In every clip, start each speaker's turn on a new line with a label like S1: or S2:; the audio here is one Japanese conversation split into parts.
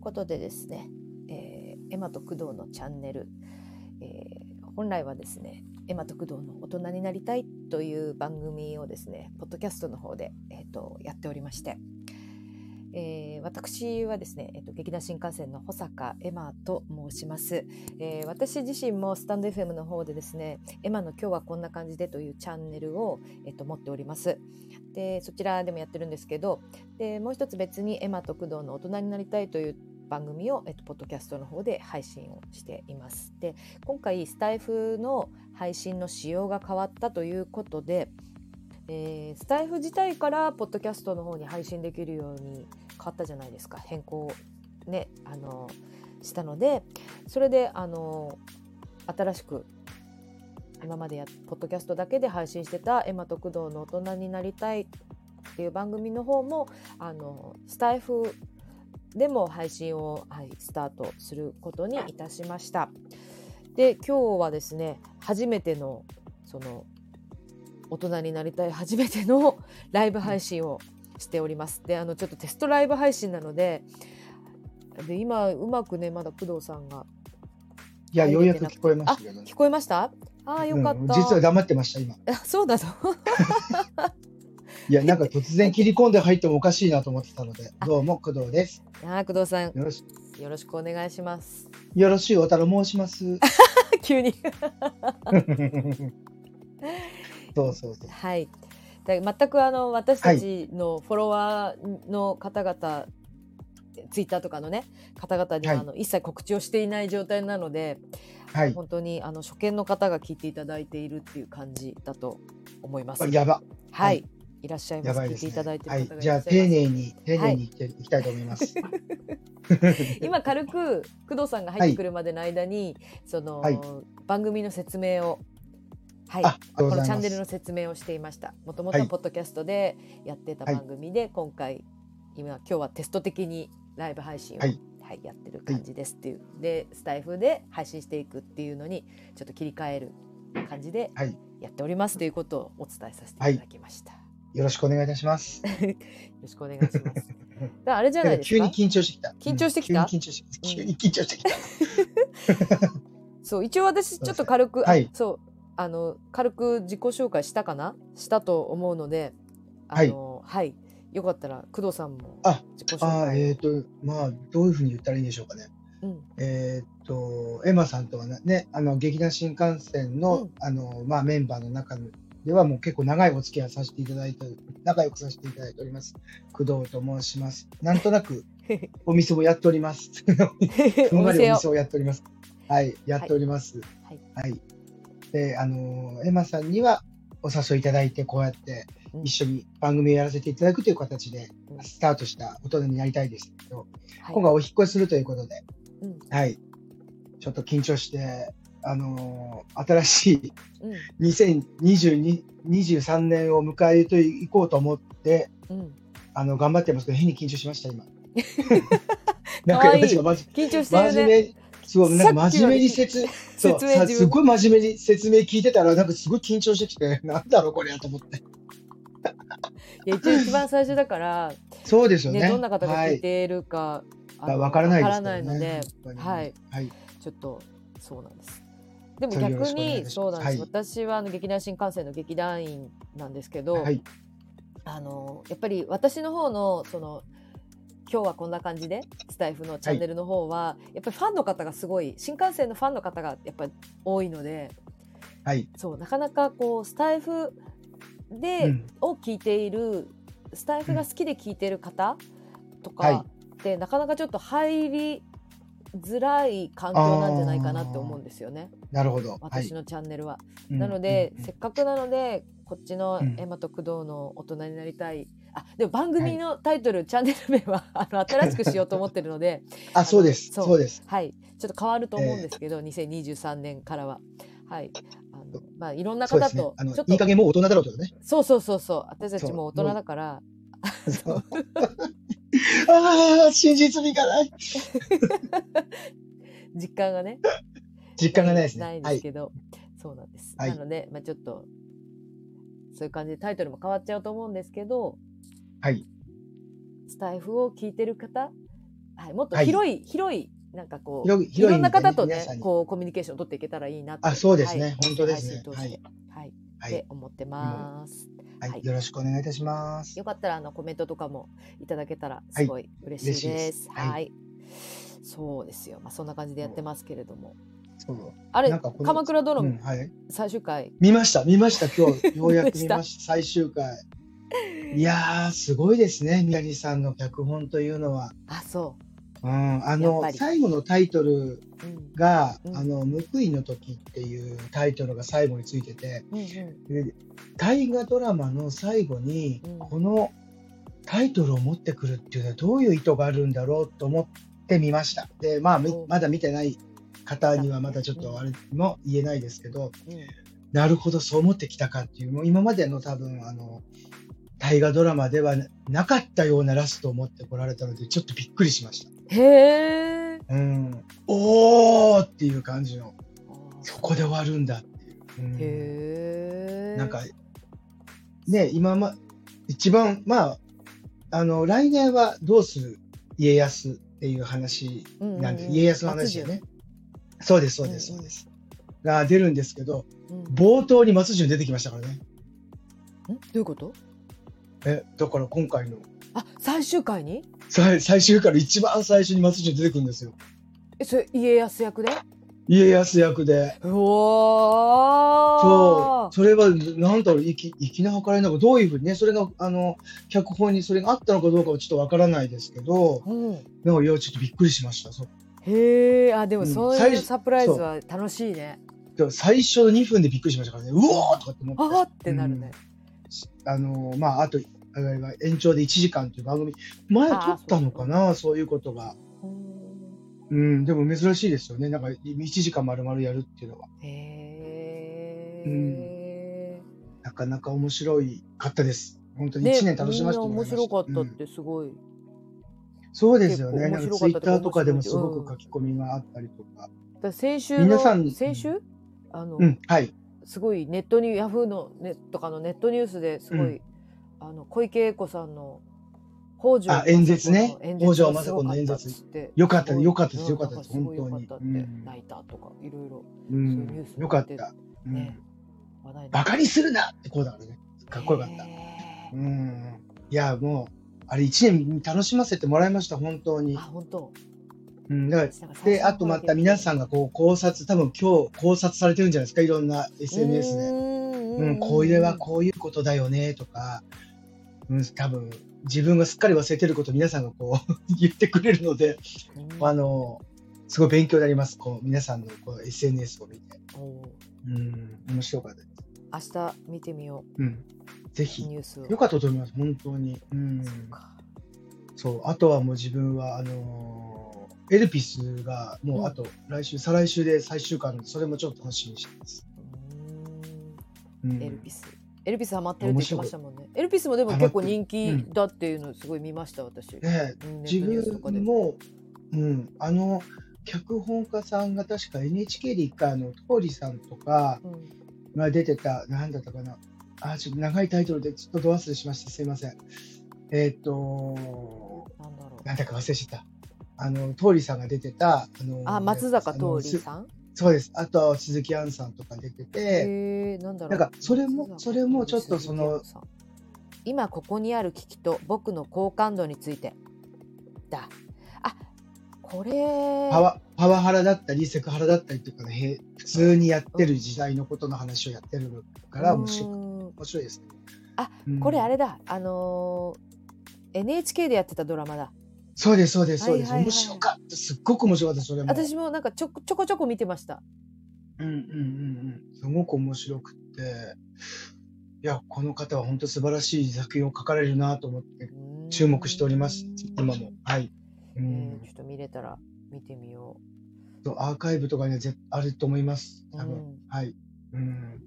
S1: ことでですね、えーエマと工藤のチャンネル、えー本来はですねエマと工藤の大人になりたいという番組をですねポッドキャストの方で、えー、とやっておりまして、えー私はですね、えーと劇団新幹線の保坂エマと申します、えー私自身もスタンド FM の方でですねエマの今日はこんな感じでというチャンネルを、えーと持っておりますでそちらでもやってるんですけどでもう一つ別にエマと工藤の大人になりたいという番組を、えっと、ポッドキャストの方で配信をしています。で今回スタイフの配信の仕様が変わったということで、えースタイフ自体からポッドキャストの方に配信できるように変わったじゃないですか変更をねあのしたのでそれであの新しく今までやポッドキャストだけで配信してた「エマと工藤の大人になりたい」っていう番組の方もあのスタイフでも配信を、はい、スタートすることにいたしました。で今日はですね初めてのその大人になりたい初めてのライブ配信をしております。であのちょっとテストライブ配信なのでで今うまくねまだ工藤さんが
S2: いや、
S1: 入
S2: よう
S1: れ
S2: や
S1: て
S2: く
S1: なく
S2: 聞こえましたけどね
S1: 聞こえましたああよかった、
S2: うん実は黙ってました、今。
S1: あ そうだぞ
S2: いや、なんか突然切り込んで入ってもおかしいなと思ってたので、どうも、工藤です。
S1: あー工藤さん
S2: よろし
S1: よろしくお願いします。
S2: よろしいおたろ申します。
S1: 急に
S2: そうそうそう。
S1: はい。で全くあの私たちのフォロワーの方々、ツイッターとかのね方々には
S2: はい
S1: あの、一切告知をしていない状態なので、
S2: はい。
S1: 本当にあの初見の方が聞いていただいているっていう感じだと思います。
S2: あ
S1: はい、
S2: やば、はい
S1: いらっしゃいま
S2: や
S1: す。
S2: ば
S1: 聞
S2: いで
S1: い
S2: す
S1: てい
S2: ね。
S1: ただいて
S2: は
S1: る
S2: い
S1: 方。がい
S2: じゃ
S1: ら
S2: あ、
S1: っしゃい
S2: 丁
S1: ます。
S2: 寧に、丁寧にいっていきたいと思います。
S1: 今軽く工藤さんが入ってくるまでの間に、その、
S2: はい
S1: 番組の説明をはい
S2: あ、ありがとう
S1: この
S2: ござい
S1: チャ
S2: ま
S1: ンネルの
S2: す。
S1: 説明をしていました。もともと
S2: は
S1: はいポッドキャストでやってた番組で、今回今今日はテスト的にライブ配信を、は
S2: はいい
S1: やってる感じですっていう、でスタイフで配信していくっていうのにちょっと切り替える感じで
S2: はい
S1: やっておりますということをお伝えさせていただきました。
S2: よろしくお願いいたします。
S1: よろしくお願い します。だからあれじゃないです
S2: 急
S1: か
S2: に。緊張してきた。
S1: 緊張してきた
S2: うん急に緊張してきた。急に緊張してきた。
S1: そう一応私ちょっと軽く、
S2: はい
S1: あそうあの軽く自己紹介したかなしたと思うのであのはい、よかったら工藤さんも
S2: あ
S1: 自己紹
S2: あー
S1: 介を
S2: えっ、と、まあ、どういうふうに言ったらいいんでしょうかね。
S1: うん
S2: えーっと、エマさんとはね、ねあの劇団新幹線
S1: う
S2: の,、
S1: ん
S2: あのまあ、メンバーの中では、もう結構長いお付き合いさせていただいて、仲良くさせていただいております。工藤と申します。なんとな くお店もやっております。ふ
S1: お
S2: んわり
S1: 店を
S2: お店を やっております。はい、やっております。
S1: はい
S2: はい。で、あの、エマさんにはお誘いいただいて、こうやって
S1: うん
S2: 一緒に番組をやらせていただくという形で
S1: うん、
S2: スタートした大人になりたいですけど、
S1: はい
S2: 今回お引っ越しするということで、
S1: うん
S2: はい。ちょっと緊張して、あのー新しい
S1: うん
S2: 2023年を迎えていこうと思って、
S1: うん、
S2: あの、頑張ってますけど、変に緊張しました、 今。なん
S1: か
S2: か
S1: わいい
S2: 私がまじ
S1: 緊張してる
S2: 真面
S1: ね
S2: 目、そう、なんか
S1: さっき
S2: 真
S1: よ
S2: 面目
S1: り
S2: に説、そう、
S1: 説明
S2: さ
S1: 自
S2: す
S1: 分
S2: ごい真面目に説明聞いてたら、なんかすごい緊張してきて、 なんだろう、これ、と思って。
S1: いや一応一番最初だから、
S2: そうですよね。
S1: ね、どんな方が
S2: は
S1: 聞い
S2: い。
S1: ているか、あの
S2: わからないで
S1: わ
S2: す
S1: か
S2: から
S1: な
S2: ら
S1: いの
S2: ね
S1: で、
S2: 本当に
S1: はい
S2: はい。
S1: ちょっとそうなんです。でも
S2: それよろ
S1: 逆
S2: しくお願いし
S1: に
S2: ます
S1: そうなんです、
S2: はい
S1: 私はあの劇団新幹線の劇団員なんですけど、
S2: はい。
S1: あのやっぱり私の方のその今日はこんな感じでスタイフのチャンネルの方は、やっぱりファンの方がすごい新幹線のファンの方がやっぱり多いので
S2: はい。
S1: そうなかなかこうスタイフで、
S2: うん
S1: を聞いているスタイフが好きで聞いてる方と
S2: はい
S1: かって、なかなかちょっと入りづらい環境なんじゃないかなって思うんですよね
S2: なるほど。はい
S1: 私のチャンネルは。
S2: うん
S1: なので、
S2: うんうん
S1: せっかくなのでこっちの
S2: うん
S1: エマと工藤の大人になりたい、あでも番組のタイトル、チャンネル名はあの新しくしようと思ってるので
S2: あ、そうです。
S1: そう
S2: そうです。
S1: はいちょっと変わると思うんですけど、2023年からははいあのまあいろんな
S2: そうで
S1: 方
S2: すね
S1: と。
S2: あ
S1: ちょ
S2: の
S1: っと
S2: いい加減もう大人だろうというね。
S1: そうそうそうそう私たち
S2: そう
S1: も大人だから
S2: そう ああ、真実味がない。
S1: 実感がね
S2: 実感がないですね。
S1: ないで
S2: は
S1: す
S2: い。
S1: けど、そうなんです、
S2: はい
S1: なのでまあちょっとそういう感じでタイトルも変わっちゃうと思うんですけど
S2: はい。
S1: スタイフを聞いてる方はい、もっと
S2: はい
S1: 広い、広いなんかこう
S2: 広い
S1: いろんな
S2: 広い意味でね
S1: 方とね
S2: 皆さんに
S1: こうコミュニケーションを取っていけたらいいなって
S2: あそうですね本当です
S1: 配
S2: ね
S1: 信通してはい、
S2: は
S1: って
S2: い、
S1: 思ってます、
S2: はい
S1: はい
S2: よろしくお願いいたします。
S1: よかったらあのコメントとかもいただけたらすごい嬉しい
S2: 嬉しい
S1: で。
S2: ですす
S1: はい、
S2: は
S1: そうですよ。まあそんな感じでやってますけれども、
S2: そう
S1: あれ
S2: なんかこの
S1: 鎌倉殿
S2: う
S1: の
S2: んはい、
S1: 最終回、
S2: 見ました、見ました、今 日、ようや
S1: どうで
S2: く
S1: し
S2: 見
S1: た
S2: ました、最終回。いやー、すごいですね、宮城さんの脚本というのは。
S1: あそ
S2: うん、
S1: やっぱ
S2: あの
S1: り
S2: 最後のタイトル
S1: う。うん
S2: が「
S1: うん
S2: あの報いの時」っていうタイトルが最後についてて
S1: うんうん
S2: で大河ドラマの最後に
S1: うん
S2: このタイトルを持ってくるっていうのはどういう意図があるんだろうと思ってみましたでまあみ
S1: うん
S2: まだ見てない方にはまだちょっとあれも言えないですけど
S1: うん
S2: なるほどそう思ってきたかっていうもう今までの多分あの大河ドラマではなかったようなラストを持ってこられたのでちょっとびっくりしました。
S1: へえ。
S2: うん、おーっていう感じのそこで終わるんだっていう、うん
S1: へえ。
S2: なんかね今ま一番まああの来年はどうする家康っていう話
S1: うんうんうん
S2: なんで、家康の話だよねそうですそうです
S1: うん
S2: そううんです、が出るんですけど
S1: 松潤。うん
S2: 冒頭に松潤出てきましたからね
S1: んどういうこと？
S2: えだから今回の
S1: あ最終回に？
S2: 最最終から一番最初に松潤出てくるんですよ
S1: えそれ家康役で？
S2: 家康役で
S1: うおー。
S2: そう、それはなんだろう、粋粋な計らいなのか、どういうふうにね、それがあの脚本にそれがあったのかどうかはちょっとわからないですけど、
S1: うん。
S2: なんかいや、ちょっとびっくりしました。そう
S1: へえ、あ、でも
S2: うん
S1: そう
S2: 最
S1: いう
S2: 初
S1: サプライズは楽しいね。
S2: でも最初2分でびっくりしましたからね、うおーとかって思
S1: あー
S2: っ、
S1: っててなるね。
S2: あのまあ、あと、あれは延長で1時間という番組、前撮ったのかな、そういうことが。うん、でも珍しいですよね、なんか1時間丸々やるっていうのは、
S1: へえ。
S2: なかなか面白いかったです。本当に
S1: ね
S2: 1年楽しませて
S1: みん
S2: も
S1: な面
S2: らいました。
S1: 白かったっ
S2: うん
S1: てすごい。
S2: そうですよ
S1: 結構
S2: ね。なん
S1: 面白
S2: かツ
S1: かっ
S2: イ
S1: たと
S2: ッ
S1: か
S2: ターとかでもすご
S1: 面白い
S2: く書き込みがあったりとか。
S1: だから先週の
S2: 皆さん
S1: 先週あの、
S2: うん、はい。
S1: すごいネットにヤフーのネとかのネットニュースですごい、
S2: うん
S1: あの小池栄子さんの北条
S2: あ演説ね
S1: 北
S2: 北
S1: 条政
S2: 条政
S1: 子
S2: 子
S1: の
S2: の
S1: 演
S2: 演
S1: 説
S2: 説
S1: がすごかったっつって
S2: よかった
S1: すごい
S2: よかったです
S1: うん
S2: よか
S1: なんかすごいよかった
S2: ったです本当に
S1: って
S2: うん
S1: 泣いたとかいろいろ
S2: う
S1: そういうニュー
S2: ん
S1: ス、
S2: よかった。うん
S1: ね話題に
S2: バカにするなってこうだからね。かっこよかった。
S1: へ
S2: う
S1: ー
S2: ん。いや、もう、あれ一年楽しませてもらいました、本当に
S1: あ。本当
S2: うん、だからで、あとまた皆さんがこう考察、多分今日考察されてるんじゃないですか、いろんな SNS で。う、
S1: うん
S2: これはこういうことだよねとか、うん、多分自分がすっかり忘れてること皆さんがこう 言ってくれるので、あの、すごい勉強になります、こう皆さんのこう SNS を見て。
S1: おー
S2: うん、面白かったです。
S1: 明日見てみよ
S2: うん、ぜ
S1: う
S2: ひ。
S1: ニュースを
S2: よかったと思います、本当に。うん、
S1: そうか
S2: そう、あとはもう自分は、あのーエルピスが
S1: う
S2: も
S1: ん
S2: うあと来週、再来週で最終回なので、それもちょっと楽しみにしてます。
S1: うん
S2: うん、
S1: エルピス。エルピスハマってるって言ってましたもんね。エルピスもでも
S2: ハマ
S1: 結
S2: ってる
S1: 構人気だっていうのすごい見ました私。
S2: ねえ
S1: うん
S2: 自分。も、うん、あの脚本家さんが確か NHK で一回あの通りさんとか
S1: ネットニュースとかで
S2: が出てた何だったかなあちょっと長いタイトルでちょっとど忘れしましたすいませんえっ、
S1: うん、
S2: と
S1: なんだろう。
S2: なんだか忘れしてたあの通りさんが出てたあの
S1: あ、松坂桃李
S2: ん
S1: さん。
S2: そうですあとは鈴木杏さんとか出てて、
S1: ええ、なんだろう。
S2: なんかそれ
S1: 松
S2: も
S1: 坂
S2: それもちょっとその
S1: 鈴木杏さん。今ここにある危機と僕の好感度について。だ。あ、これ。
S2: パワパワハラだったりセクハラだったりとかねへ普通にやってる時代のことの話をやってるから面白い
S1: うん
S2: 面白いですね
S1: あ、
S2: うん
S1: これあれだ。あのー NHK でやってたドラマだ。
S2: そうです、そうです、そう
S1: は
S2: で
S1: い
S2: す。
S1: はいはい
S2: 面白かった。すっごく面白かった、それも。
S1: 私もなんかちょこちょこちょこ見てました。
S2: うんうんうんうん。すごく面白くって。いや、この方は本当素晴らしい作品を書かれるなと思って、注目しております。今も。はい。う
S1: うん
S2: ん
S1: ちょっと見れたら見てみよ
S2: そうアーカイブとかには絶あると思います。
S1: う。
S2: 多分。
S1: うん
S2: はい。うん。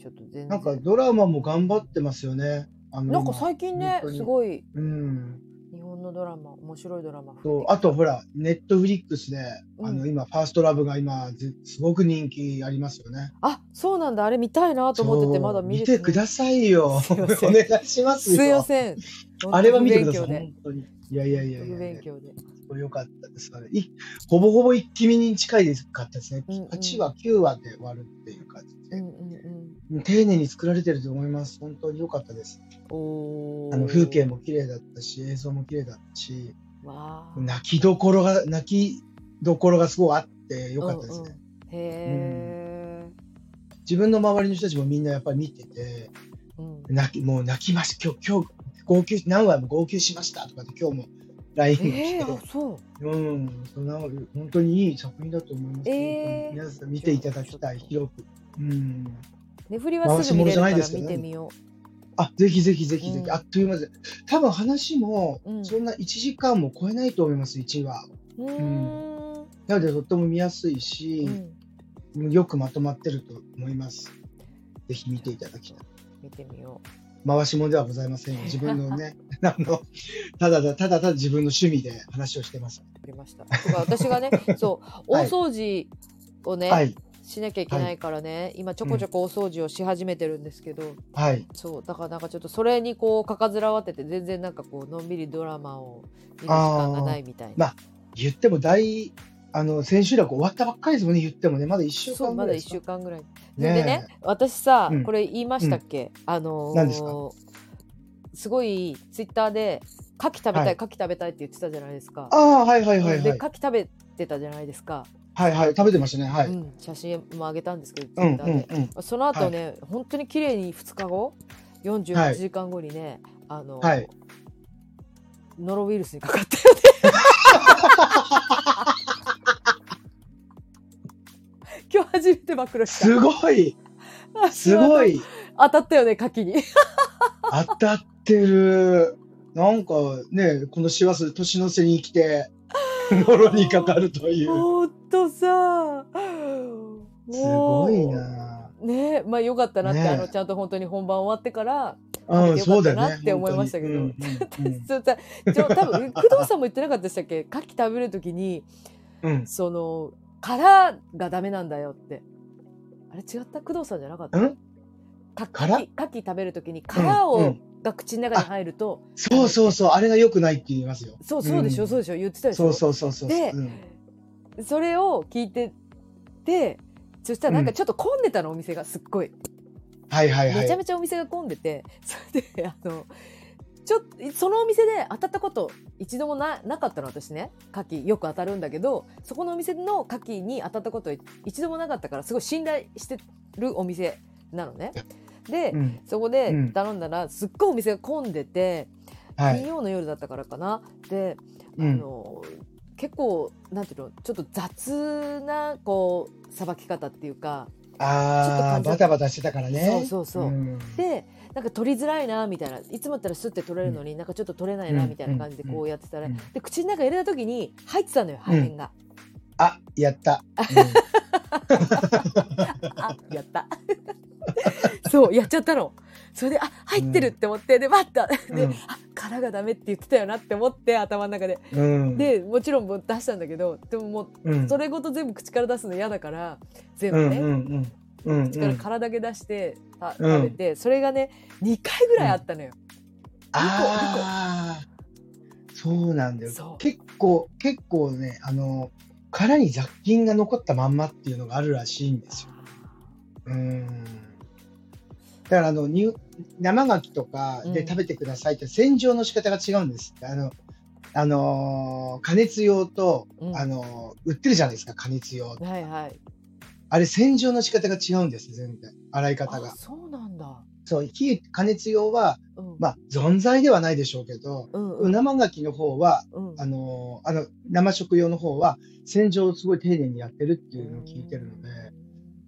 S1: ちょっと全然。
S2: なんかドラマも頑張ってますよね。あの
S1: なんか最近ね、す
S2: い。
S1: ごい
S2: うん。
S1: 日本のドラマ、面白いドラマ。
S2: そうあとほら、ネットフリックスで、あ
S1: う
S2: の
S1: ん
S2: 今、ファーストラブが今、ぜすごく人気ありますよね。
S1: あ、そうなんだ。あれ見たいなと思ってて、まだ見れ
S2: てく
S1: い。
S2: ださいよ。
S1: すい
S2: お
S1: ま
S2: 願
S1: せん
S2: いします
S1: すいま
S2: よ。
S1: せん。
S2: あれは見てください。
S1: 本
S2: 本当に。いやいやい
S1: 当
S2: や
S1: に不
S2: いや
S1: 勉強で。不勉強で。
S2: ごい良かったですので、いほぼほぼ一気見に近いですかったですね。
S1: うんうん
S2: 8話、9話で終わるっていう感じ
S1: う
S2: で、
S1: んうんうん
S2: 丁寧に作られてると思います。本当に良かったです。
S1: おー
S2: あの風景も綺麗だったし、映像も綺麗だったし、
S1: わー
S2: 泣きどころが、泣きどころがすごいあって良かったで
S1: う
S2: すね。
S1: んうんへえ、
S2: 自分の周りの人たちもみんなやっぱり見てて、
S1: うん
S2: 泣きもう泣きまし今日、今日、号泣、何話も号泣しましたとかって今日も LINE が来て、
S1: えー、あそう
S2: うん、そんな本当にいい作品だと思います。
S1: えー
S2: 皆さん見ていただきたい、
S1: ちょ
S2: 広く。うん、
S1: 寝振りはすぐ見れるから見てみよ
S2: あぜひぜひぜひぜひ、
S1: うん
S2: あっという間で、多分話も
S1: うん
S2: そんな1時間も超えないと思います、1話。
S1: う。うーん
S2: んなので、とっても見やすいうし、
S1: ん
S2: よくまとまってると思います。ぜひ見ていただきたい。
S1: 見てみよう。
S2: 回しもんではござい ませんよ。自分のね、 あのただただただただ自分の趣味で話をしてます。
S1: わかりました。とか私が ね、そう大
S2: はい
S1: 掃除をね、
S2: はい、
S1: しなきゃいけないからね、今ちょこちょこ大掃除をし始めてるんですけど、
S2: はい、
S1: そうだからなんかちょっとそれにこうかかずらわってて全然なんかこうのんびりドラマを見る時間がないみたい
S2: ま
S1: な。
S2: あ言っても大、あの、千秋楽終わったばっかりですもんね、言ってもね、まだ1週
S1: そう
S2: 間ぐ
S1: ま
S2: ら
S1: だ
S2: いで
S1: 一
S2: すか
S1: 週間ぐらい。それ
S2: ねえ
S1: でね、私さ、
S2: うん
S1: これ言いましたっけ、あのー
S2: 何ですか
S1: すごいツイッターで牡蠣食べたい、
S2: はい
S1: 牡蠣食べたいって言ってたじゃないですか。
S2: ああ、はいはいはい
S1: で
S2: はい
S1: 牡。蠣食べてたじゃないですか、
S2: はいはい、食べてましたね。はい。
S1: う
S2: うん
S1: ん、写真もあげたんですけどツイ
S2: うん
S1: ッターで、
S2: うん。
S1: その後ね、本当に綺麗に2日後48時間後にね、あの、
S2: はい。
S1: ノロウイルスにかかったよ ね今日初めて暴露した
S2: すごい、すごい、
S1: 当たったよね牡蠣に
S2: 当たってる。なんかね、この師走、年の瀬に来て、 ノロにかかるという。
S1: ほんとさ
S2: すごい
S1: も
S2: な。
S1: うねえまあよかったなって、
S2: ねえ
S1: あのちゃんと本当に本番終わってから
S2: うん、
S1: よか
S2: そ
S1: っ
S2: うだ
S1: た
S2: よ
S1: な
S2: ね。
S1: って思いましたけど
S2: 本当にうん
S1: そうさちょ多分工藤さんも言ってなかったでしたっけ牡蠣食べる時に
S2: うん うん
S1: その殻がダメなんだよってあれ違った工藤さんじゃなかった
S2: ん
S1: か
S2: 殻
S1: 牡蠣牡蠣食べる時に殻を、
S2: うんうん
S1: が口の中に入ると
S2: そうそうそう、あれが良くないって言いますよ。
S1: そうそうでしょ、
S2: うん
S1: そうでしょ言ってたでしょ
S2: そうそうそうそう。
S1: で
S2: うん
S1: それを聞いててそしたらなんか
S2: うん
S1: ちょっと混んでたのお店がすっごい
S2: はいはいは
S1: めちゃ
S2: い。
S1: めちゃお店が混んでて それであのちょっとそのお店で当たったこと一度もななかったの私ね牡蠣よく当たるんだけどそこのお店の牡蠣に当たったこと一度もなかったからすごい信頼してるお店なのね。で、
S2: うん
S1: そこで
S2: うん
S1: 頼んだらすっごいお店が混んでて、
S2: は
S1: 金
S2: い。
S1: 曜の夜だったからかなで、
S2: うん
S1: あの結構なんていうのちょっと雑なこうさばき方っていうかちょっと
S2: ああ
S1: 感、じ
S2: バタバタしてたからね。
S1: そうそうそう
S2: うん
S1: でなんか取りづらいなみたいないつもだったらスッて取れるのに、なんかちょっと取れないなみたいな感じでこうやってたら、
S2: うん
S1: で口の中入れた時に入ってたのよ破片が、
S2: あ、やった。
S1: あやった そうやっちゃったのそれであ入ってるって思ってで待った で、
S2: うんうん
S1: あ殻がダメって言ってたよなって思って頭の中で
S2: うん、
S1: でもちろんもう出したんだけどでももう
S2: うん、
S1: それごと全部口から出すの嫌だから全
S2: う
S1: 部
S2: ん
S1: ね、
S2: うんうんうん
S1: 口
S2: う
S1: から
S2: ん、
S1: 殻だけ出してた
S2: うん
S1: 食べて、それがね2回ぐらいあったのよ、
S2: ああそうなんだよ
S1: そう
S2: 結構結構ねあの殻に雑菌が残ったまんまっていうのがあるらしいんですようんだからあのに生牡蠣とか
S1: う
S2: で
S1: ん
S2: 食べてくださいって洗浄の仕方が違うんですってあのあのー加熱用と、
S1: うん
S2: あのー売ってるじゃないですか加熱用
S1: はいはい
S2: あれ洗浄の仕方が違うんです全然洗い
S1: あ
S2: 方が
S1: そうなんだ、
S2: そう火加熱用は
S1: うん、
S2: まあ、存在ではないでしょうけど、
S1: うんうん
S2: 生牡蠣の方は、
S1: うん
S2: あのーあの生食用の方は、洗浄をすごい丁寧にやってるっていうのを聞いてるので、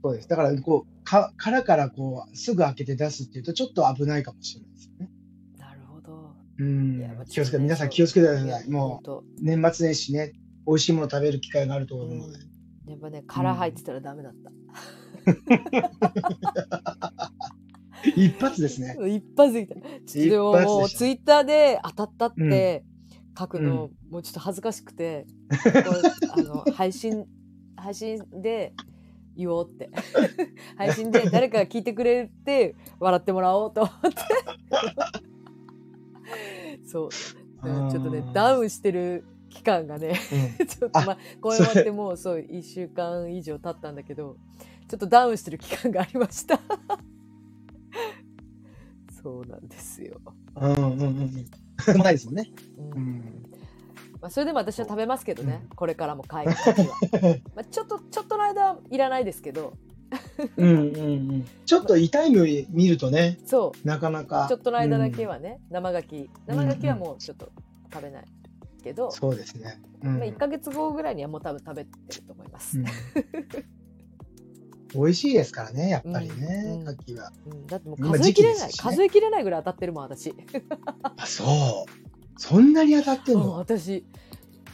S2: そうです。だから、こう、か殻からこう、すぐ開けて出すっていうと、ちょっと危ないかもしれないですね。
S1: なるほど
S2: う
S1: いやまあ
S2: ん。気
S1: ちょっ
S2: をつけ
S1: と
S2: て、
S1: ね
S2: 皆さん気をつけてくださ
S1: い
S2: い。
S1: や
S2: も
S1: ほ
S2: う、年末年始ね、美味しいもの食べる機会があると
S1: んと
S2: 思
S1: う
S2: うんので。
S1: やっぱね殻入ってたらダメだった、
S2: 一発ですね。
S1: 一発できたちょっとでも
S2: 一発でした
S1: もうツイッターで当たったって書くの、もうちょっと恥ずかしく てこれあの配信配信で言おうって 配信で誰かが聞いてくれて笑ってもらおうと思 ってそうだからちょっとね
S2: あー
S1: ダウンしてる期間が ね
S2: うん
S1: ちょっとまあこれ
S2: そ
S1: 終わ
S2: れ
S1: ってもうそう1週間以上経ったんだけどちょっとダウンしてる期間がありました そうなんですよ、
S2: うんうんうんうん。うまいですもんね。
S1: うん
S2: うん。
S1: まあ、それでも私は食べますけどね、これからも買いに行く時は まあちょっとちょっとの間はいらないですけど
S2: うんうんうん。ちょっと痛い目を見るとね、
S1: そう
S2: なかなか。
S1: ちょっとの間だけはね、生ガキ生ガキはもうちょっと食べないけど
S2: うん。、そうですね。う
S1: まあ、1
S2: ん。
S1: か月後ぐらいにはもう多分食べてると思います、
S2: うん美味しいですからね、やっぱり
S1: うんう
S2: ね
S1: ん、
S2: 牡蠣は。
S1: うんだってもう
S2: 今
S1: 数えきれ
S2: 時期
S1: ない、
S2: ですしね
S1: 数えきれないぐらい当たってるもん私
S2: あ、そう。そんなに当たってん
S1: うん
S2: の
S1: 私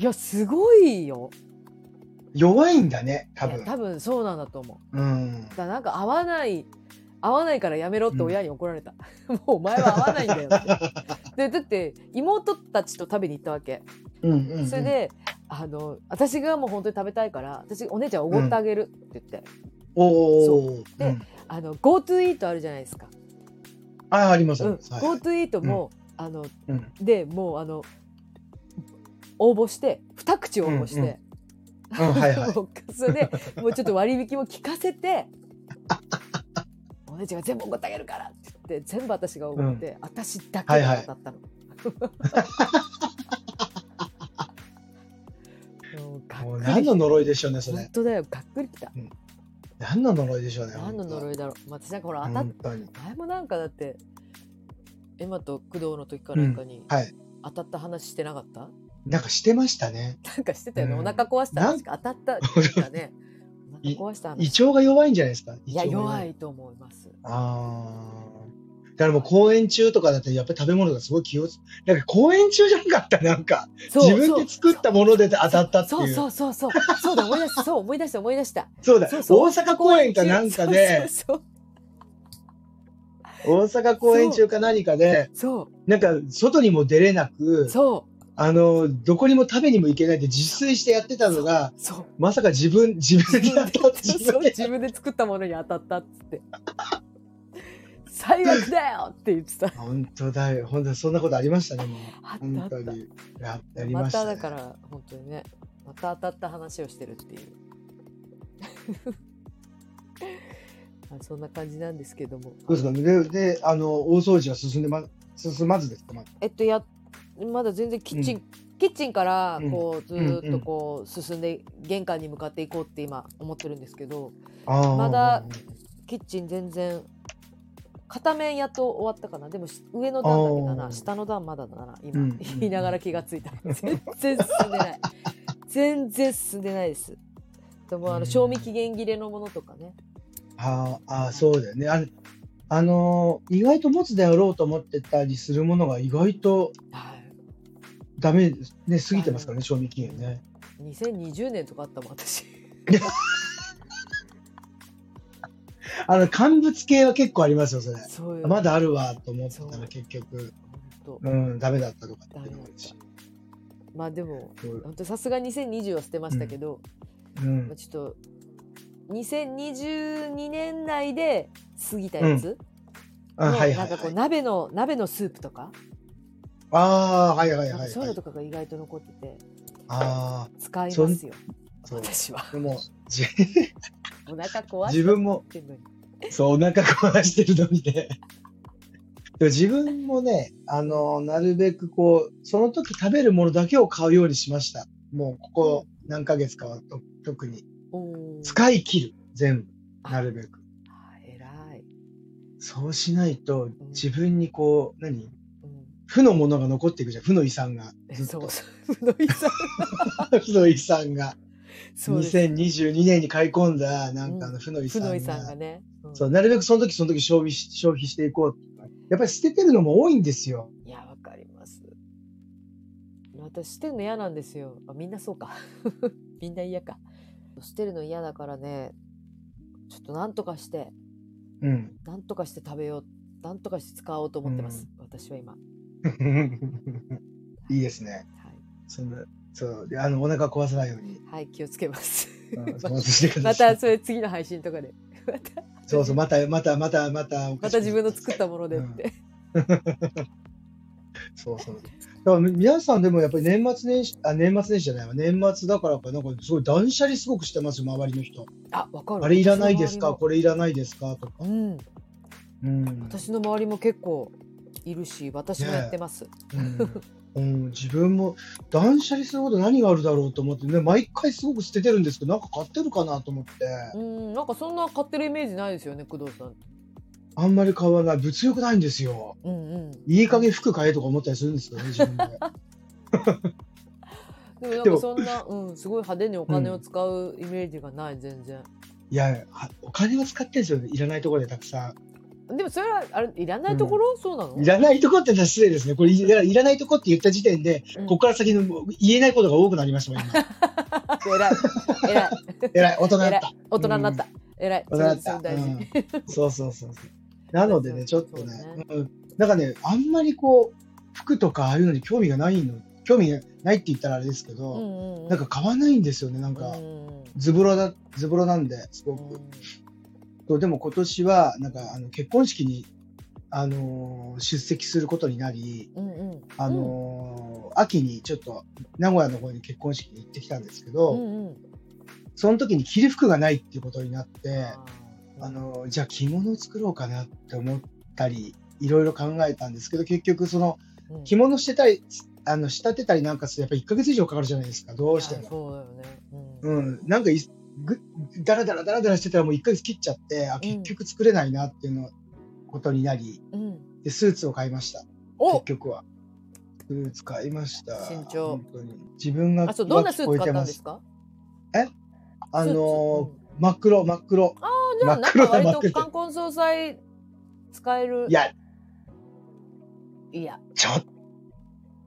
S1: いやすごいよ
S2: 弱いんだね、多
S1: いや
S2: 分。
S1: 多分そうなんだと思う
S2: うん
S1: だ。からなんか合わない合わないからやめろって親に怒られた、 もうお前は合わないんだ よってでだって妹たちと食べに行ったわけ
S2: うんうんうん。
S1: それであの私がもう本当に食べたいから私お姉ちゃんおごってあげるって言って、
S2: お
S1: そ
S2: お。
S1: で
S2: うん
S1: あの GoTo イートあるじゃないですか、
S2: あ、あります。
S1: う
S2: あ
S1: ん
S2: りますはい
S1: GoTo イートも、あの
S2: うん
S1: でもうあの応募して二口応募して、
S2: うんうんうんはい はい
S1: もうそれでもうちょっと割引も聞かせてお姉ちゃんが全部おごってあげるからって言って全部私がおごって、私だけが当たったの。もうがっくり
S2: もう何の呪いでしょうね、そ
S1: 本
S2: れ。
S1: 当だよがっくりきた
S2: 何の呪いでしょうね。
S1: 何の呪いだろう、まあ私なんかほら当たっ
S2: 本当に。
S1: 前もなんかだってエマと工藤の時かなんかに
S2: はい。
S1: 当たった話してなかった、
S2: なんかしてましたね。
S1: なんかしてたよね、
S2: うん
S1: お腹壊した話か当たったなんかねお腹
S2: い
S1: 壊した
S2: 胃
S1: 話
S2: 腸が弱いんじゃないですか。
S1: いや
S2: 胃腸が
S1: 弱いと思います
S2: ああ。だからもう公演中とかだってやっぱり食べ物がすごい気をつなんか公演中じゃなかったなんか
S1: そう
S2: 自分で作ったもので当たったっていう
S1: そうそうそうそうそうそうだ思い出したそう思い出した思い出した
S2: そうだ
S1: そうそう
S2: 大阪公演かなんかで
S1: そうそう
S2: 大阪公演中か何かで
S1: そう
S2: なんか外にも出れなく
S1: そう
S2: あのどこにも食べにも行けないって自炊してやってたのが
S1: そう
S2: まさか自分自分で当たって
S1: そう
S2: 自
S1: そう
S2: 分で
S1: 自分で作ったものに当たったっつって「最悪だよ!」って言ってた
S2: 本当だよ本当にそんなことありましたねもう
S1: あったあ
S2: 本
S1: った
S2: 当にややり
S1: ま
S2: ましたた
S1: だ
S2: ね
S1: から本当にねまた当たった話をしてるっていう まあそんな感じなんですけども
S2: どうですかでであの大掃除は進んでま進まずですかまだ
S1: えっとやまだ全然キッチン、
S2: う
S1: キッチンから
S2: うん
S1: こうず
S2: うん
S1: ーっとこう進んで玄関に向かっていこうって今思ってるんですけど
S2: あー
S1: まだキッチン全然片面やっと終わったかなでもし上の段だけだ
S2: あ
S1: な
S2: ー
S1: 下の段まだだな今、
S2: うん
S1: 言いながら気がついた全然進んでない全然進んでないですでもあ
S2: うん
S1: の賞味期限切れのものとかね
S2: あーあーそうだよねあれあのー意外と持つであろうと思ってたりするものが意外と
S1: はい
S2: ダメね過ぎてますからね賞味期限ね
S1: 2020年とかあったもん私
S2: あの乾物系は結構ありますよそれ
S1: そういう
S2: まだあるわと思ってた
S1: そ
S2: ら
S1: う
S2: 結局
S1: 本当
S2: うんダメだったとかっていうのもあるし
S1: まあでも
S2: そう
S1: 本当さすが2020は捨てましたけど、
S2: うん
S1: まあ、ちょっと2022年内で過ぎたやつ、
S2: あ
S1: の
S2: はい
S1: な
S2: は
S1: ん
S2: い
S1: かこ
S2: は
S1: う
S2: い
S1: 鍋の鍋のスープとか
S2: ああはいはい
S1: なん
S2: は
S1: か
S2: い
S1: そういうの
S2: はい
S1: とかが意外と残ってて
S2: ああ
S1: 使いますよ
S2: そう
S1: 私は
S2: で もじ
S1: お腹壊
S2: 自
S1: し
S2: 分も
S1: てんのに
S2: そう、お腹壊してるのに ね。でも自分もね、あの、なるべくこう、その時食べるものだけを買うようにしました。もう、ここ何ヶ月かはと特に。
S1: おー
S2: 使い切る、全部。なるべく。
S1: あー偉い、
S2: そうしないと、自分にこう、何
S1: うん
S2: 負のものが残っていくじゃん。負の遺産が。
S1: え、
S2: ずっ
S1: そ
S2: と
S1: うそう不動産
S2: 負の遺産が。
S1: そうです
S2: 2022年に買い込んだ、なんかあ
S1: う
S2: の、負の遺
S1: 不
S2: 産
S1: 動
S2: が。
S1: 産がね、うん
S2: そう、なるべくその時その時消費し消費していこう。やっぱり捨ててるのも多いんですよ。
S1: いやわかります私捨てるの嫌なんですよあみんなそうか みんな嫌か捨てるの嫌だからねちょっとなんとかして
S2: うん。
S1: なんとかして食べようなんとかして使おうと思ってます、私は今、はい
S2: いいですね。そのそうであのお腹壊さないよ うに、
S1: はい、気をつけます
S2: うん、そうしてくだ
S1: ま
S2: さい。
S1: たそれ次の配信とかで また
S2: そうそうまたまたまたまたお
S1: ま
S2: かしくなっ
S1: た自分の作ったものでって、
S2: そうそう。だから皆さんでもやっぱり年末年始、あ、年末年始じゃないわ。年末だからか、なんかすごい断捨離すごくしてますよ、周りの人。
S1: あ、わかる。
S2: あれいらないですか、
S1: 私の
S2: これいらないですかとか。
S1: 周りもうん。
S2: うん。
S1: 私の周りも結構いるし、私もやってます。
S2: うんうん、自分も断捨離すること何があるだろうと思ってね、毎回すごく捨ててるんですけど、なんか買ってるかなと思って、
S1: うん、なんかそんな買ってるイメージないですよね、工藤さん。
S2: あんまり買わない。物欲ないんですよ。
S1: うんうん。
S2: いい加減服買えとか思ったりするんですけどね、自分で。
S1: でもなん
S2: で
S1: か
S2: も
S1: そん な、うん、すごい派手にお金を使うイメージがない、全然。
S2: いや、はお金は使ってるんですよね。いらないところでたくさ
S1: でもそれはあれいらないところ、そうなの？
S2: ん。いらないところってのは失礼ですね。これ、いやいらないとこって言った時点で、
S1: うん
S2: ここから先のもう言えないことが多くなりましたもん、今。
S1: 偉い偉い
S2: 偉い、大人 だっ
S1: 偉い
S2: た。
S1: 大人になった、偉い
S2: 大人だっ
S1: そ
S2: た。
S1: れ大事、
S2: うんそうそうそうそう。なのでね、ちょっとね
S1: そう、
S2: うん、なんかね、あんまりこう、服とかああいうのに興味がないの、興味がないって言ったらあれですけど、
S1: うんうんうん
S2: なんか買わないんですよね、なんか。
S1: うん
S2: ズボラだ、ズボラなんで、すご
S1: う
S2: く。
S1: ん
S2: そうでも今年は、なんか、あの、結婚式に、あのー出席することになり、
S1: うんうん
S2: あのー秋にちょっと名古屋の方に結婚式に行ってきたんですけど、
S1: うんうん
S2: その時に着る服がないっていうことになって、
S1: ー
S2: あのじゃあ着物を作ろうかなって思ったりいろいろ考えたんですけど結局その
S1: うん
S2: 着物してたりあの仕立てたりなんかするとやっぱ1ヶ月以上かかるじゃないですかどうして
S1: いや
S2: も。
S1: そうだよねうん、
S2: うん、なんかいぐだらだらだらだらしてたらもう1ヶ月切っちゃってあ結局作れないなっていうのことになり
S1: うん、
S2: でスーツを買いました
S1: お
S2: 結局は。スーツ買いました。
S1: 身長
S2: 本当に自分が
S1: あそうどんな
S2: は
S1: スー
S2: 聞
S1: ツ
S2: こえ
S1: 買
S2: て
S1: った
S2: ま
S1: んです
S2: す。
S1: か
S2: あ
S1: スーツうん
S2: のー真っ黒真っ黒。
S1: じゃあな
S2: 真っ
S1: んか
S2: 黒だ真っ
S1: 割と
S2: 黒だ
S1: 冠婚葬祭使える
S2: いや
S1: いや
S2: ちょっ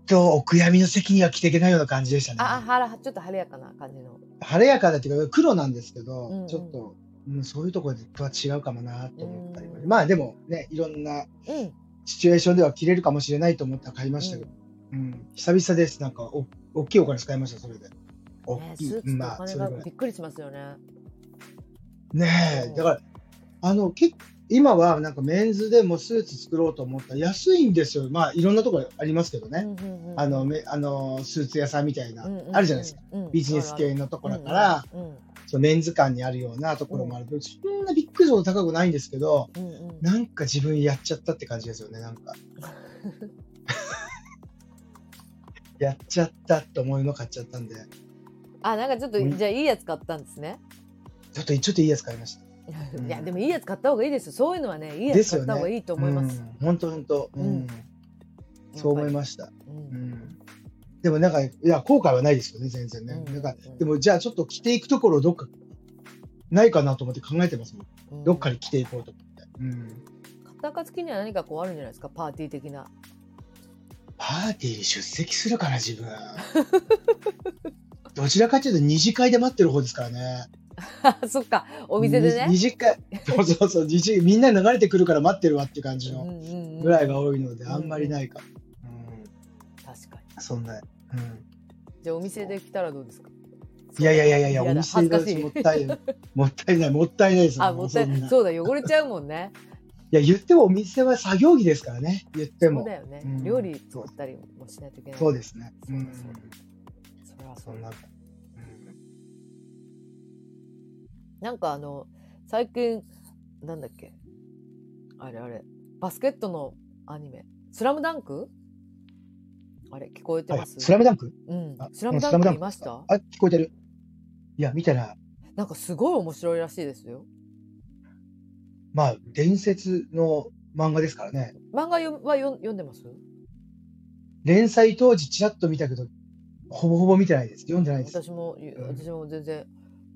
S2: とお悔やみの席には着ていけないような感じでしたね。
S1: ああはらちょっと晴れやかな感じの
S2: 晴れやかだっていうか黒なんですけど、
S1: うんうん
S2: ちょっと、うん、そういうところとは違うかもなと思ったりも
S1: うん
S2: まあでもねいろんな
S1: うん
S2: シチュエーションでは着れるかもしれないと思って買いましたけど、うん久々ですなんかお大きいお金使いましたそれで。
S1: うん
S2: 大
S1: ね
S2: きい、
S1: スーツとお
S2: まあ
S1: 金
S2: それ
S1: が
S2: ぐらい
S1: びっくりしますよね。
S2: ね
S1: うん
S2: えだからあの結今はなんかメンズでもスーツ作ろうと思ったら安いんですよまあいろんなところありますけどね、
S1: うんうんうん
S2: あのめあのスーツ屋さんみたいな、
S1: うんうんうん
S2: あるじゃないですか、
S1: うん
S2: ビジネス系のところだから、、
S1: うんうん
S2: そのメンズ館にあるようなところもあるけど、そんなびっくりするほど高くないんですけど、
S1: うんうんうん
S2: なんか自分やっちゃったって感じですよね、なんか。 やっちゃったって思いの買っちゃったんで、
S1: あなんかちょっと、
S2: うん
S1: じゃあいいやつ買ったんですね。
S2: ちょっとちょっといいやつ買いました。うん
S1: いやでもいいやつ買った方がいいですよ。そういうのはねいいや
S2: で
S1: つ
S2: す
S1: 買
S2: よ
S1: っ
S2: ね
S1: た方がいいと思います。
S2: うん本当本当、うん
S1: うん
S2: そう思いました。
S1: す。う
S2: うんん、でもなんか、いや、後悔はないですよね、全然ね。
S1: うん
S2: なんかでも、じゃあちょっと着ていくところどっかないかなと思って考えてますもん。
S1: うん
S2: どっかに着ていこうと思って。うん、
S1: 買った暁には何かこうあるんじゃないですかパーティー的な。
S2: パーティーに出席するから 自分どちらかというと二次会で待ってる方ですからね
S1: そっかお店で
S2: に二
S1: ね。
S2: 次会そうそうそう二次みんな流れてくるから待ってるわっていう感じ
S1: うん
S2: の
S1: うんうん
S2: ぐらいが多いのであんまりないかも、
S1: 確かに。
S2: うん、そんな、うん、
S1: じゃあお店で来たらどうですか。
S2: いやいやいやいやい
S1: 嫌
S2: やお
S1: だ
S2: 店が
S1: 恥ずかしい
S2: もったいないもったいないもったいないですよ
S1: あもったい
S2: そんない
S1: そうだ汚れちゃうもんね。
S2: や言ってもお店は作業着ですからね言って
S1: そう
S2: も
S1: だよね、
S2: うん
S1: 料理作ったりもしないといけない。
S2: そうですね
S1: そううだ
S2: ん
S1: そうだそれはそ
S2: そ
S1: うんだ
S2: な、うん
S1: なんかあの最近なんだっけあれあれバスケットのアニメ「スラムダンクあれ聞こえて
S2: は
S1: ま
S2: い、
S1: す、
S2: スラムダンク
S1: うん
S2: あ、
S1: スラム
S2: うん
S1: ダ
S2: スラ
S1: ンク
S2: ムダン
S1: 見
S2: ク
S1: ました
S2: あ聞こえてるいや見たら
S1: なんかすごい面白いらしいですよ
S2: まあ、伝説の漫画ですからね。
S1: 漫画よはよ読んでます
S2: 連載当時ちらっと見たけど、ほぼほぼ見てないです。読んでないです。
S1: 私もゆ
S2: うん
S1: 私も全然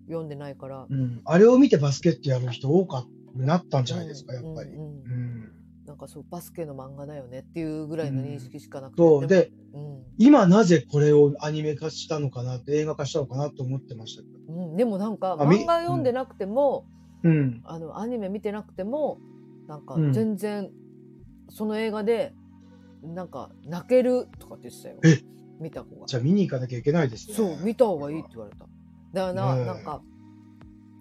S1: 読んでないから
S2: うん。あれを見てバスケットやる人多かくなったんじゃないですか、やっぱり
S1: う。んうん
S2: う
S1: うん
S2: ん。
S1: なんかそうバスケの漫画だよねっていうぐらいの認識しかなくて、
S2: そ
S1: で
S2: う。で、
S1: も、
S2: 今なぜこれをアニメ化したのかなって、映画化したのかなと思ってましたけ
S1: う
S2: ど。
S1: んうん、でもなんか
S2: あみ
S1: 漫画読んでなくても、
S2: うん。
S1: あのアニメ見てなくてもなんか
S2: うん
S1: 全然その映画でなんか泣けるとかって言ってたよ
S2: え
S1: 見た子が
S2: じゃあ見に行かなきゃいけないですね。
S1: そう見た方がいいって言われただからな,、
S2: ねえ
S1: なんか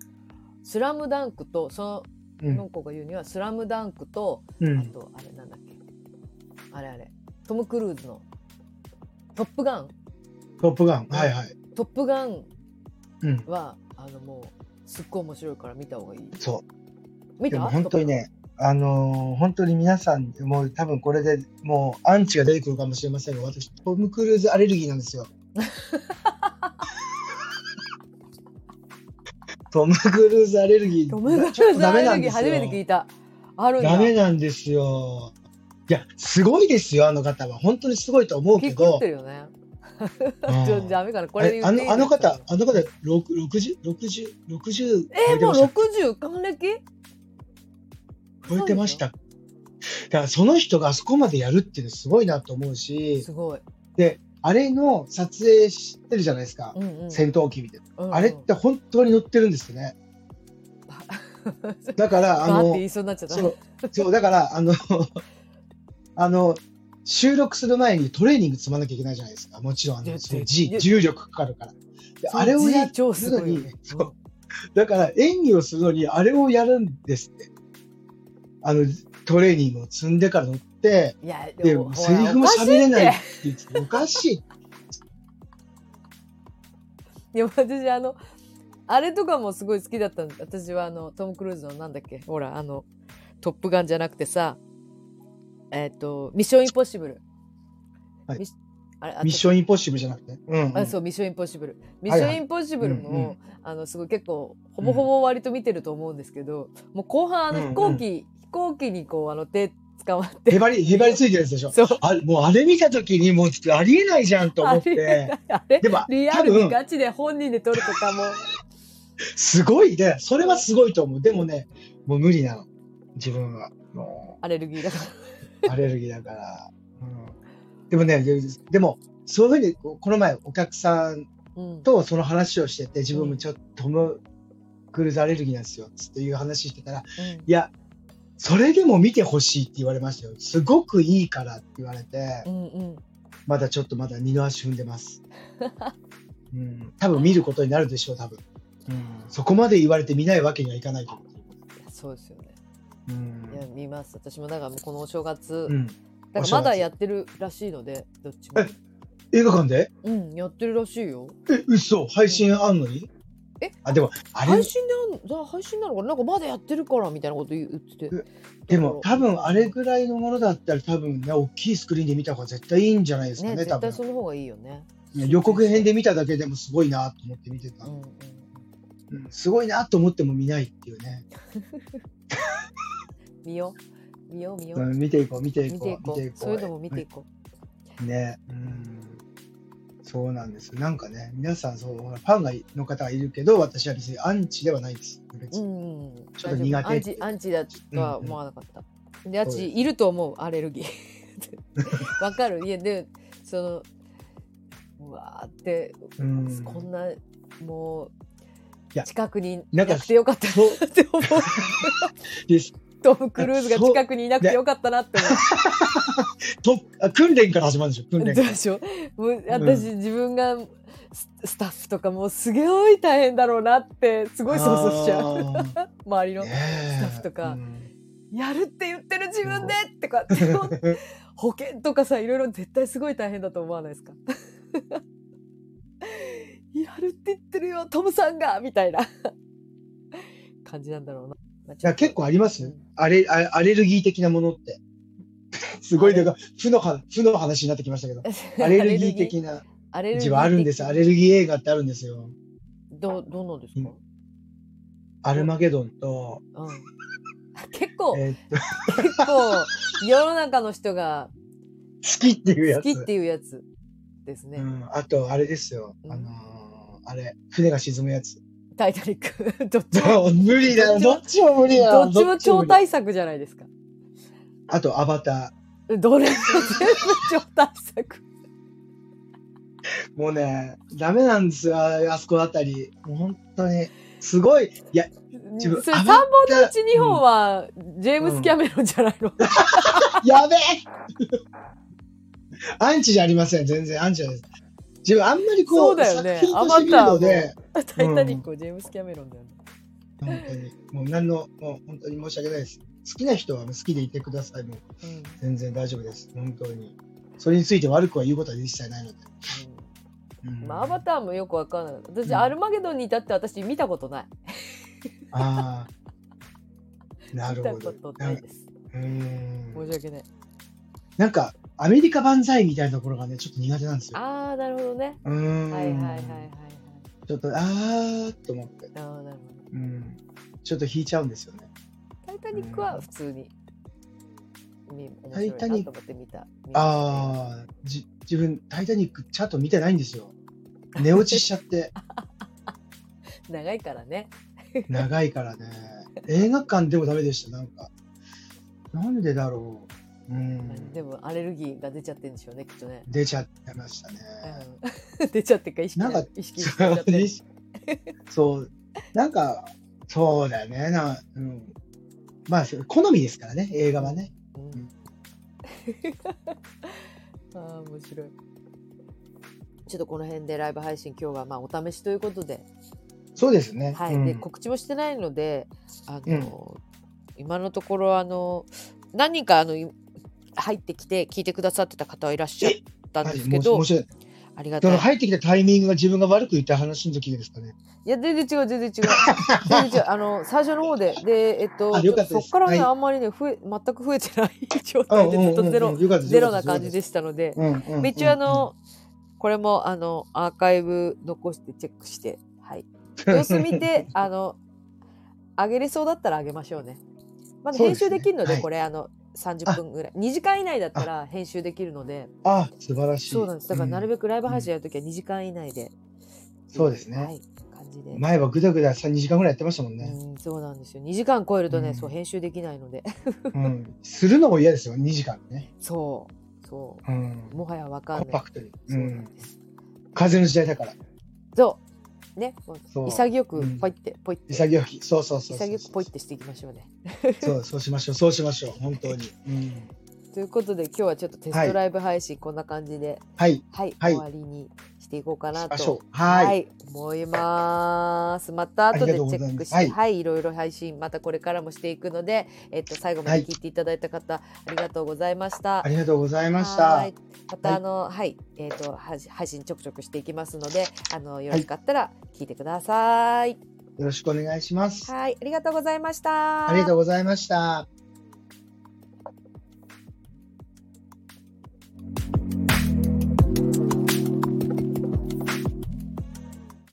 S1: 「スラムダンクとそうの
S2: ん。
S1: 子が言うには「スラムダンクと
S2: う
S1: あ
S2: ん。
S1: とあれなんだっけあれあれトム・クルーズの「トップガン
S2: トップガン。はいはい。」
S1: 「トップガン
S2: うん。
S1: は」あのもうすっごい面白いから見た方がいい
S2: そう。
S1: 見
S2: で
S1: た
S2: も本当にね、あのー本当に皆さん、もう多分これでもうアンチが出てくるかもしれませんが、私、トム・クルーズアレルギーなんで すよ。トム・クルーズアレルギー、
S1: トム・クル
S2: ちょ
S1: ー
S2: っと
S1: ズ
S2: ダ
S1: ア
S2: メ
S1: レ
S2: な
S1: ル
S2: ん
S1: ギ
S2: で
S1: ー
S2: す
S1: 初めて聞
S2: よ。
S1: いたあるんだ
S2: ダメなんですよ。いや、すごいですよ、あの方は。本当にすごいと思うけ
S1: 結構言
S2: ど
S1: って。るよね
S2: うん
S1: ちょダメかなこ
S2: あ
S1: れ
S2: れ
S1: で言
S2: あ
S1: っていい
S2: のあの方、あの方、6 60、60、60、
S1: えもう
S2: 超えてました
S1: 60還暦
S2: 超えてました。だからその人があそこまでやるっていうのすごいなと思うし
S1: す、ごい、
S2: あれの撮影してるじゃないですか
S1: う。んうん
S2: 戦闘機みたいな。
S1: うんうん
S2: あれって本当に乗ってるんですよ ね。だから、あ
S1: バーって
S2: の
S1: 言、いそうになっちゃった
S2: そう、そう、だから、あの、 あの、収録する前にトレーニング積まなきゃいけないじゃないですか。もちろん、あ
S1: いや
S2: の、その
S1: い
S2: G、
S1: や
S2: 重力かかるから。で
S1: その
S2: あれをや
S1: 字超すごいよね
S2: るのにだから演技をするのにあれをやるんですって。あの、トレーニングを積んでから乗って、
S1: いや
S2: で、セ
S1: でもほら
S2: リフも喋れない
S1: お
S2: っ
S1: か
S2: て
S1: しって
S2: 言ってておかしい。
S1: いや私あのあれとかもすごい好きだったん私はあのトム・クルーズのなんだっけほらあの「トップガン」じゃなくてさえっ、と「ミッション・インポッシブル」
S2: はい
S1: ミッシあれあ
S2: ミッションインポッシブルじゃなくて。うん、うん。
S1: あそう「ミッションインポッシブル」「ミッションインポッシブルも」
S2: うんうん
S1: あのすごい結構ほぼほぼ割と見てると思うんですけど、もう後半あの
S2: うん
S1: 飛行機、飛行機にこうあの手捕まって
S2: へばり、へばりついてるやつでしょ。
S1: そう
S2: あもうあれ見た時にもうありえないじゃんと思っ
S1: あれ
S2: て
S1: あれ
S2: でも
S1: リア
S2: 多
S1: ルに
S2: 分
S1: ガチで本人で撮るとかも
S2: すごいねそれはすごいと思うでもねもう無理なの自分はも
S1: アレルギーだから。
S2: うアレルギーだから、うん、でもねででもそういうふうにここの前お客さん
S1: うん
S2: とその話をしてて自分もちょっとトム・クルーズアレルギーなんですよつっていう話してたらいやそれでも見てほしいって言われましたよすごくいいからって言われて
S1: うんうんうん
S2: まだちょっとまだ二の足踏ん でます。うん、多分見ることになるでしょう、多分。うん、そこまで言われて見ないわけにはいかないと思
S1: いやそうですよね。
S2: う。
S1: い
S2: う
S1: や
S2: ん。
S1: 見ます。私もだからもうこのお正月、
S2: うん、
S1: だからまだやってるらしいので、どっちも
S2: え。映画館で
S1: うん、やってるらしいよ。
S2: え、嘘配信あんのに
S1: え
S2: あ、でも、あれ
S1: 配、信であんだ配信なのかななんかまだやってるからみたいなこと言ってて。
S2: でも多分あれぐらいのものだったら多分ね、大きいスクリーンで見た方が絶対いいんじゃないですか
S1: ね
S2: ね、
S1: 絶
S2: 多
S1: 対
S2: 分。
S1: その方がいいよね。
S2: ね予告編で見ただけでもすごいなと思って見てた
S1: う。んうん。
S2: うん、すごいなと思っても見ないっていうね。
S1: 見よう見よう見よ
S2: う
S1: う。
S2: ん、見ていこう、見てい
S1: 見てい
S2: こ
S1: こ
S2: う、
S1: う。そういうのも見ていこ
S2: ね、うん、そうなんです。なんかね、皆さんそうファンがいの方がいるけど、私は別にアンチではないです。別
S1: う。う
S2: に
S1: んうんうん。
S2: ちょっと苦手
S1: 大丈夫アンチアンチだとは思わなかった。で、アン
S2: そうで
S1: チいると思うアレルギー。 わかる。いやでそのうわーって
S2: うん
S1: こんなも
S2: いうや
S1: 近くに
S2: ない
S1: なん
S2: か
S1: くてよかった
S2: そう
S1: なって思う
S2: です
S1: トム・クルーズが近くにいなくてよかったなって
S2: とあ訓練から始まるんでしょ、訓
S1: 思う
S2: 練
S1: ど
S2: か
S1: う
S2: ら
S1: で。しょうもう私、自分がススタッフとかもうすごい大変だろうなってすごい想像しちゃう
S2: う。
S1: 周りの、
S2: ねえ
S1: スタッフとか
S2: うん
S1: やるって言ってる自分でってかって思う保険とかさいろいろ絶対すごい大変だと思わないですか やるって言ってるよトムさんがみたいな感じなんだろうな、まあ
S2: いや結構あります
S1: う
S2: よ
S1: ん
S2: アレアアレルギー的なものって。 すごい なんか負のは負の話になってきましたけど、アレルギー的な
S1: アレルギ
S2: 字
S1: ー
S2: はあるんです。アレルギー映画ってあるんですよ。
S1: どどのですか、
S2: アルマゲドンと、
S1: うん、 結構
S2: えーっと、好
S1: 結構世の中の人が
S2: きっていうや
S1: 好
S2: つ。
S1: きっていうやつですね、
S2: うん、あとあれですよ、
S1: うん
S2: あのーあれ船が沈むやつ
S1: タイタニック どっちも
S2: 無理だよ
S1: ど
S2: ど
S1: っ
S2: っちも無理だよ
S1: どっちも超
S2: 無理
S1: 大作じゃないですか
S2: あとアバタ
S1: どれも全部超大作
S2: ーもうねダメなんですよああそこあたりもう本当にすごいいや自分
S1: それ
S2: ア
S1: 3
S2: バター
S1: 本のうち2本はジェームス・キャメロンじゃないの、
S2: やべえ アンチじゃありません全然アンチじゃないです自分あんまりこ
S1: そううだよね
S2: 作品として見るので
S1: タイタニックをジェームス・キャメロンだよね、
S2: 本当にもう何のもう本当に申し訳ないです好きな人は好きでいてくださいもう
S1: うん
S2: 全然大丈夫です本当にそれについて悪くは言うことは一切ないので。うん
S1: まあ、アバターもよくわかんない私、
S2: うん
S1: アルマゲドンに至って私見たことない
S2: ああ。な
S1: 見
S2: る
S1: た
S2: ほ
S1: こと
S2: ど。な
S1: なんい
S2: か
S1: です
S2: うーん
S1: 申し訳ない
S2: なんか、アメリカ万歳みたいなところがね、ちょっと苦手なんですよ。
S1: ああなるほどね
S2: うーん。
S1: はいはいはいはいはい
S2: ちょっと、あーっと思って。
S1: あーなるほど
S2: うん。ちょっと引いちゃうんですよね。
S1: 「タイタニック」は普通にみ面
S2: タ
S1: 白い
S2: イタニ
S1: な
S2: ック
S1: と思って見た見ました
S2: ああ、じ、自分、タイタニックちゃんと見てないんですよ。寝落ちしちゃ って、
S1: けど長いからね
S2: 長いからね。映画館でもダメでした、なんか。なんでだろう。うん。
S1: でもアレルギーが出ちゃってるんでしょうねきっとね、
S2: 出ちゃってましたね。
S1: うん出ちゃってるか意識
S2: なんか
S1: 意識しちゃってる
S2: そう、なんか、そうだよね。なうん、まあ、そう好みですからね、映画はね。
S1: うん、 ああ面白いちょっとこの辺でライブ配信今日はまあお試しということで,、
S2: そうですね。
S1: はい
S2: うん
S1: で告知もしてないのであの、今のところあの何人かあのい入ってきて聞いてくださってた方はいらっしゃったん
S2: はい
S1: です
S2: 申
S1: け
S2: し
S1: ど
S2: 申し訳ない
S1: ありが
S2: だ
S1: と
S2: か
S1: う
S2: ら入ってきたタイミングが自分が悪く言った話の時ですかね。
S1: いや全然違う全然違う 全然違うあの最初の方ででえっと
S2: あよかった
S1: そ
S2: で
S1: っ
S2: す
S1: からね、
S2: はい
S1: あんまりね増え全く増えてない 状態でずっとゼロ、
S2: よかった
S1: ゼロな感じでしたので、
S2: す。うんうんうん
S1: 一応あの、これもあのアーカイブ残してチェックして、はい、様子見 てあの上げれそうだったら上げましょうね。まだ
S2: そうで
S1: 編
S2: すね
S1: 集できるので
S2: はい
S1: これあの30分ぐらい2時間以内だったら編集できるので
S2: あ、素晴らしい。
S1: そうなんですだからなる
S2: べ
S1: べくライブ配信やるときは2時間以内で、
S2: そうですね
S1: はい、感じで、
S2: 前はぐだぐださ2時間ぐらいやってましたもんね。
S1: うん、そうなんですよ2時間超えるとね、
S2: うん
S1: そう編集できないので
S2: うん。するのも嫌ですよ、2時間ね。
S1: そうそ
S2: うん
S1: う。もはやわか
S2: コ
S1: んな
S2: ン
S1: い
S2: パクトに。
S1: そううなん
S2: ん。
S1: です、
S2: 風の時代だから。
S1: そうねもう
S2: そう。
S1: 潔く
S2: うん
S1: ポイってポイって
S2: 潔き。そうそうそうそう。
S1: 潔くポイってしていきましょうね。
S2: そう、そうしましょう、そうしましょう、本当に。うん、
S1: ということで今日はちょっとテストライブ配信こんな感じで、
S2: はい、し
S1: はい
S2: はい
S1: 終わりにしていこうかな
S2: まし
S1: と
S2: ょ。う。はい、
S1: 思います。また後でチェ
S2: ありがとうござい
S1: ッ
S2: ま
S1: クし
S2: す
S1: て、は、
S2: はいい
S1: い、ろいろ配信またこれからもしていくので、えっと最後まで聞いていただいた方、ありがとうございました
S2: あ。りがとうございまし
S1: は
S2: た
S1: い。またあの、はい、えっ、とはじ配信ちょくちょくしていきますので、あのよろしかったら聞いてください。
S2: よろしくお願いします。
S1: はい、ありがとうございました。
S2: ありがとうございました。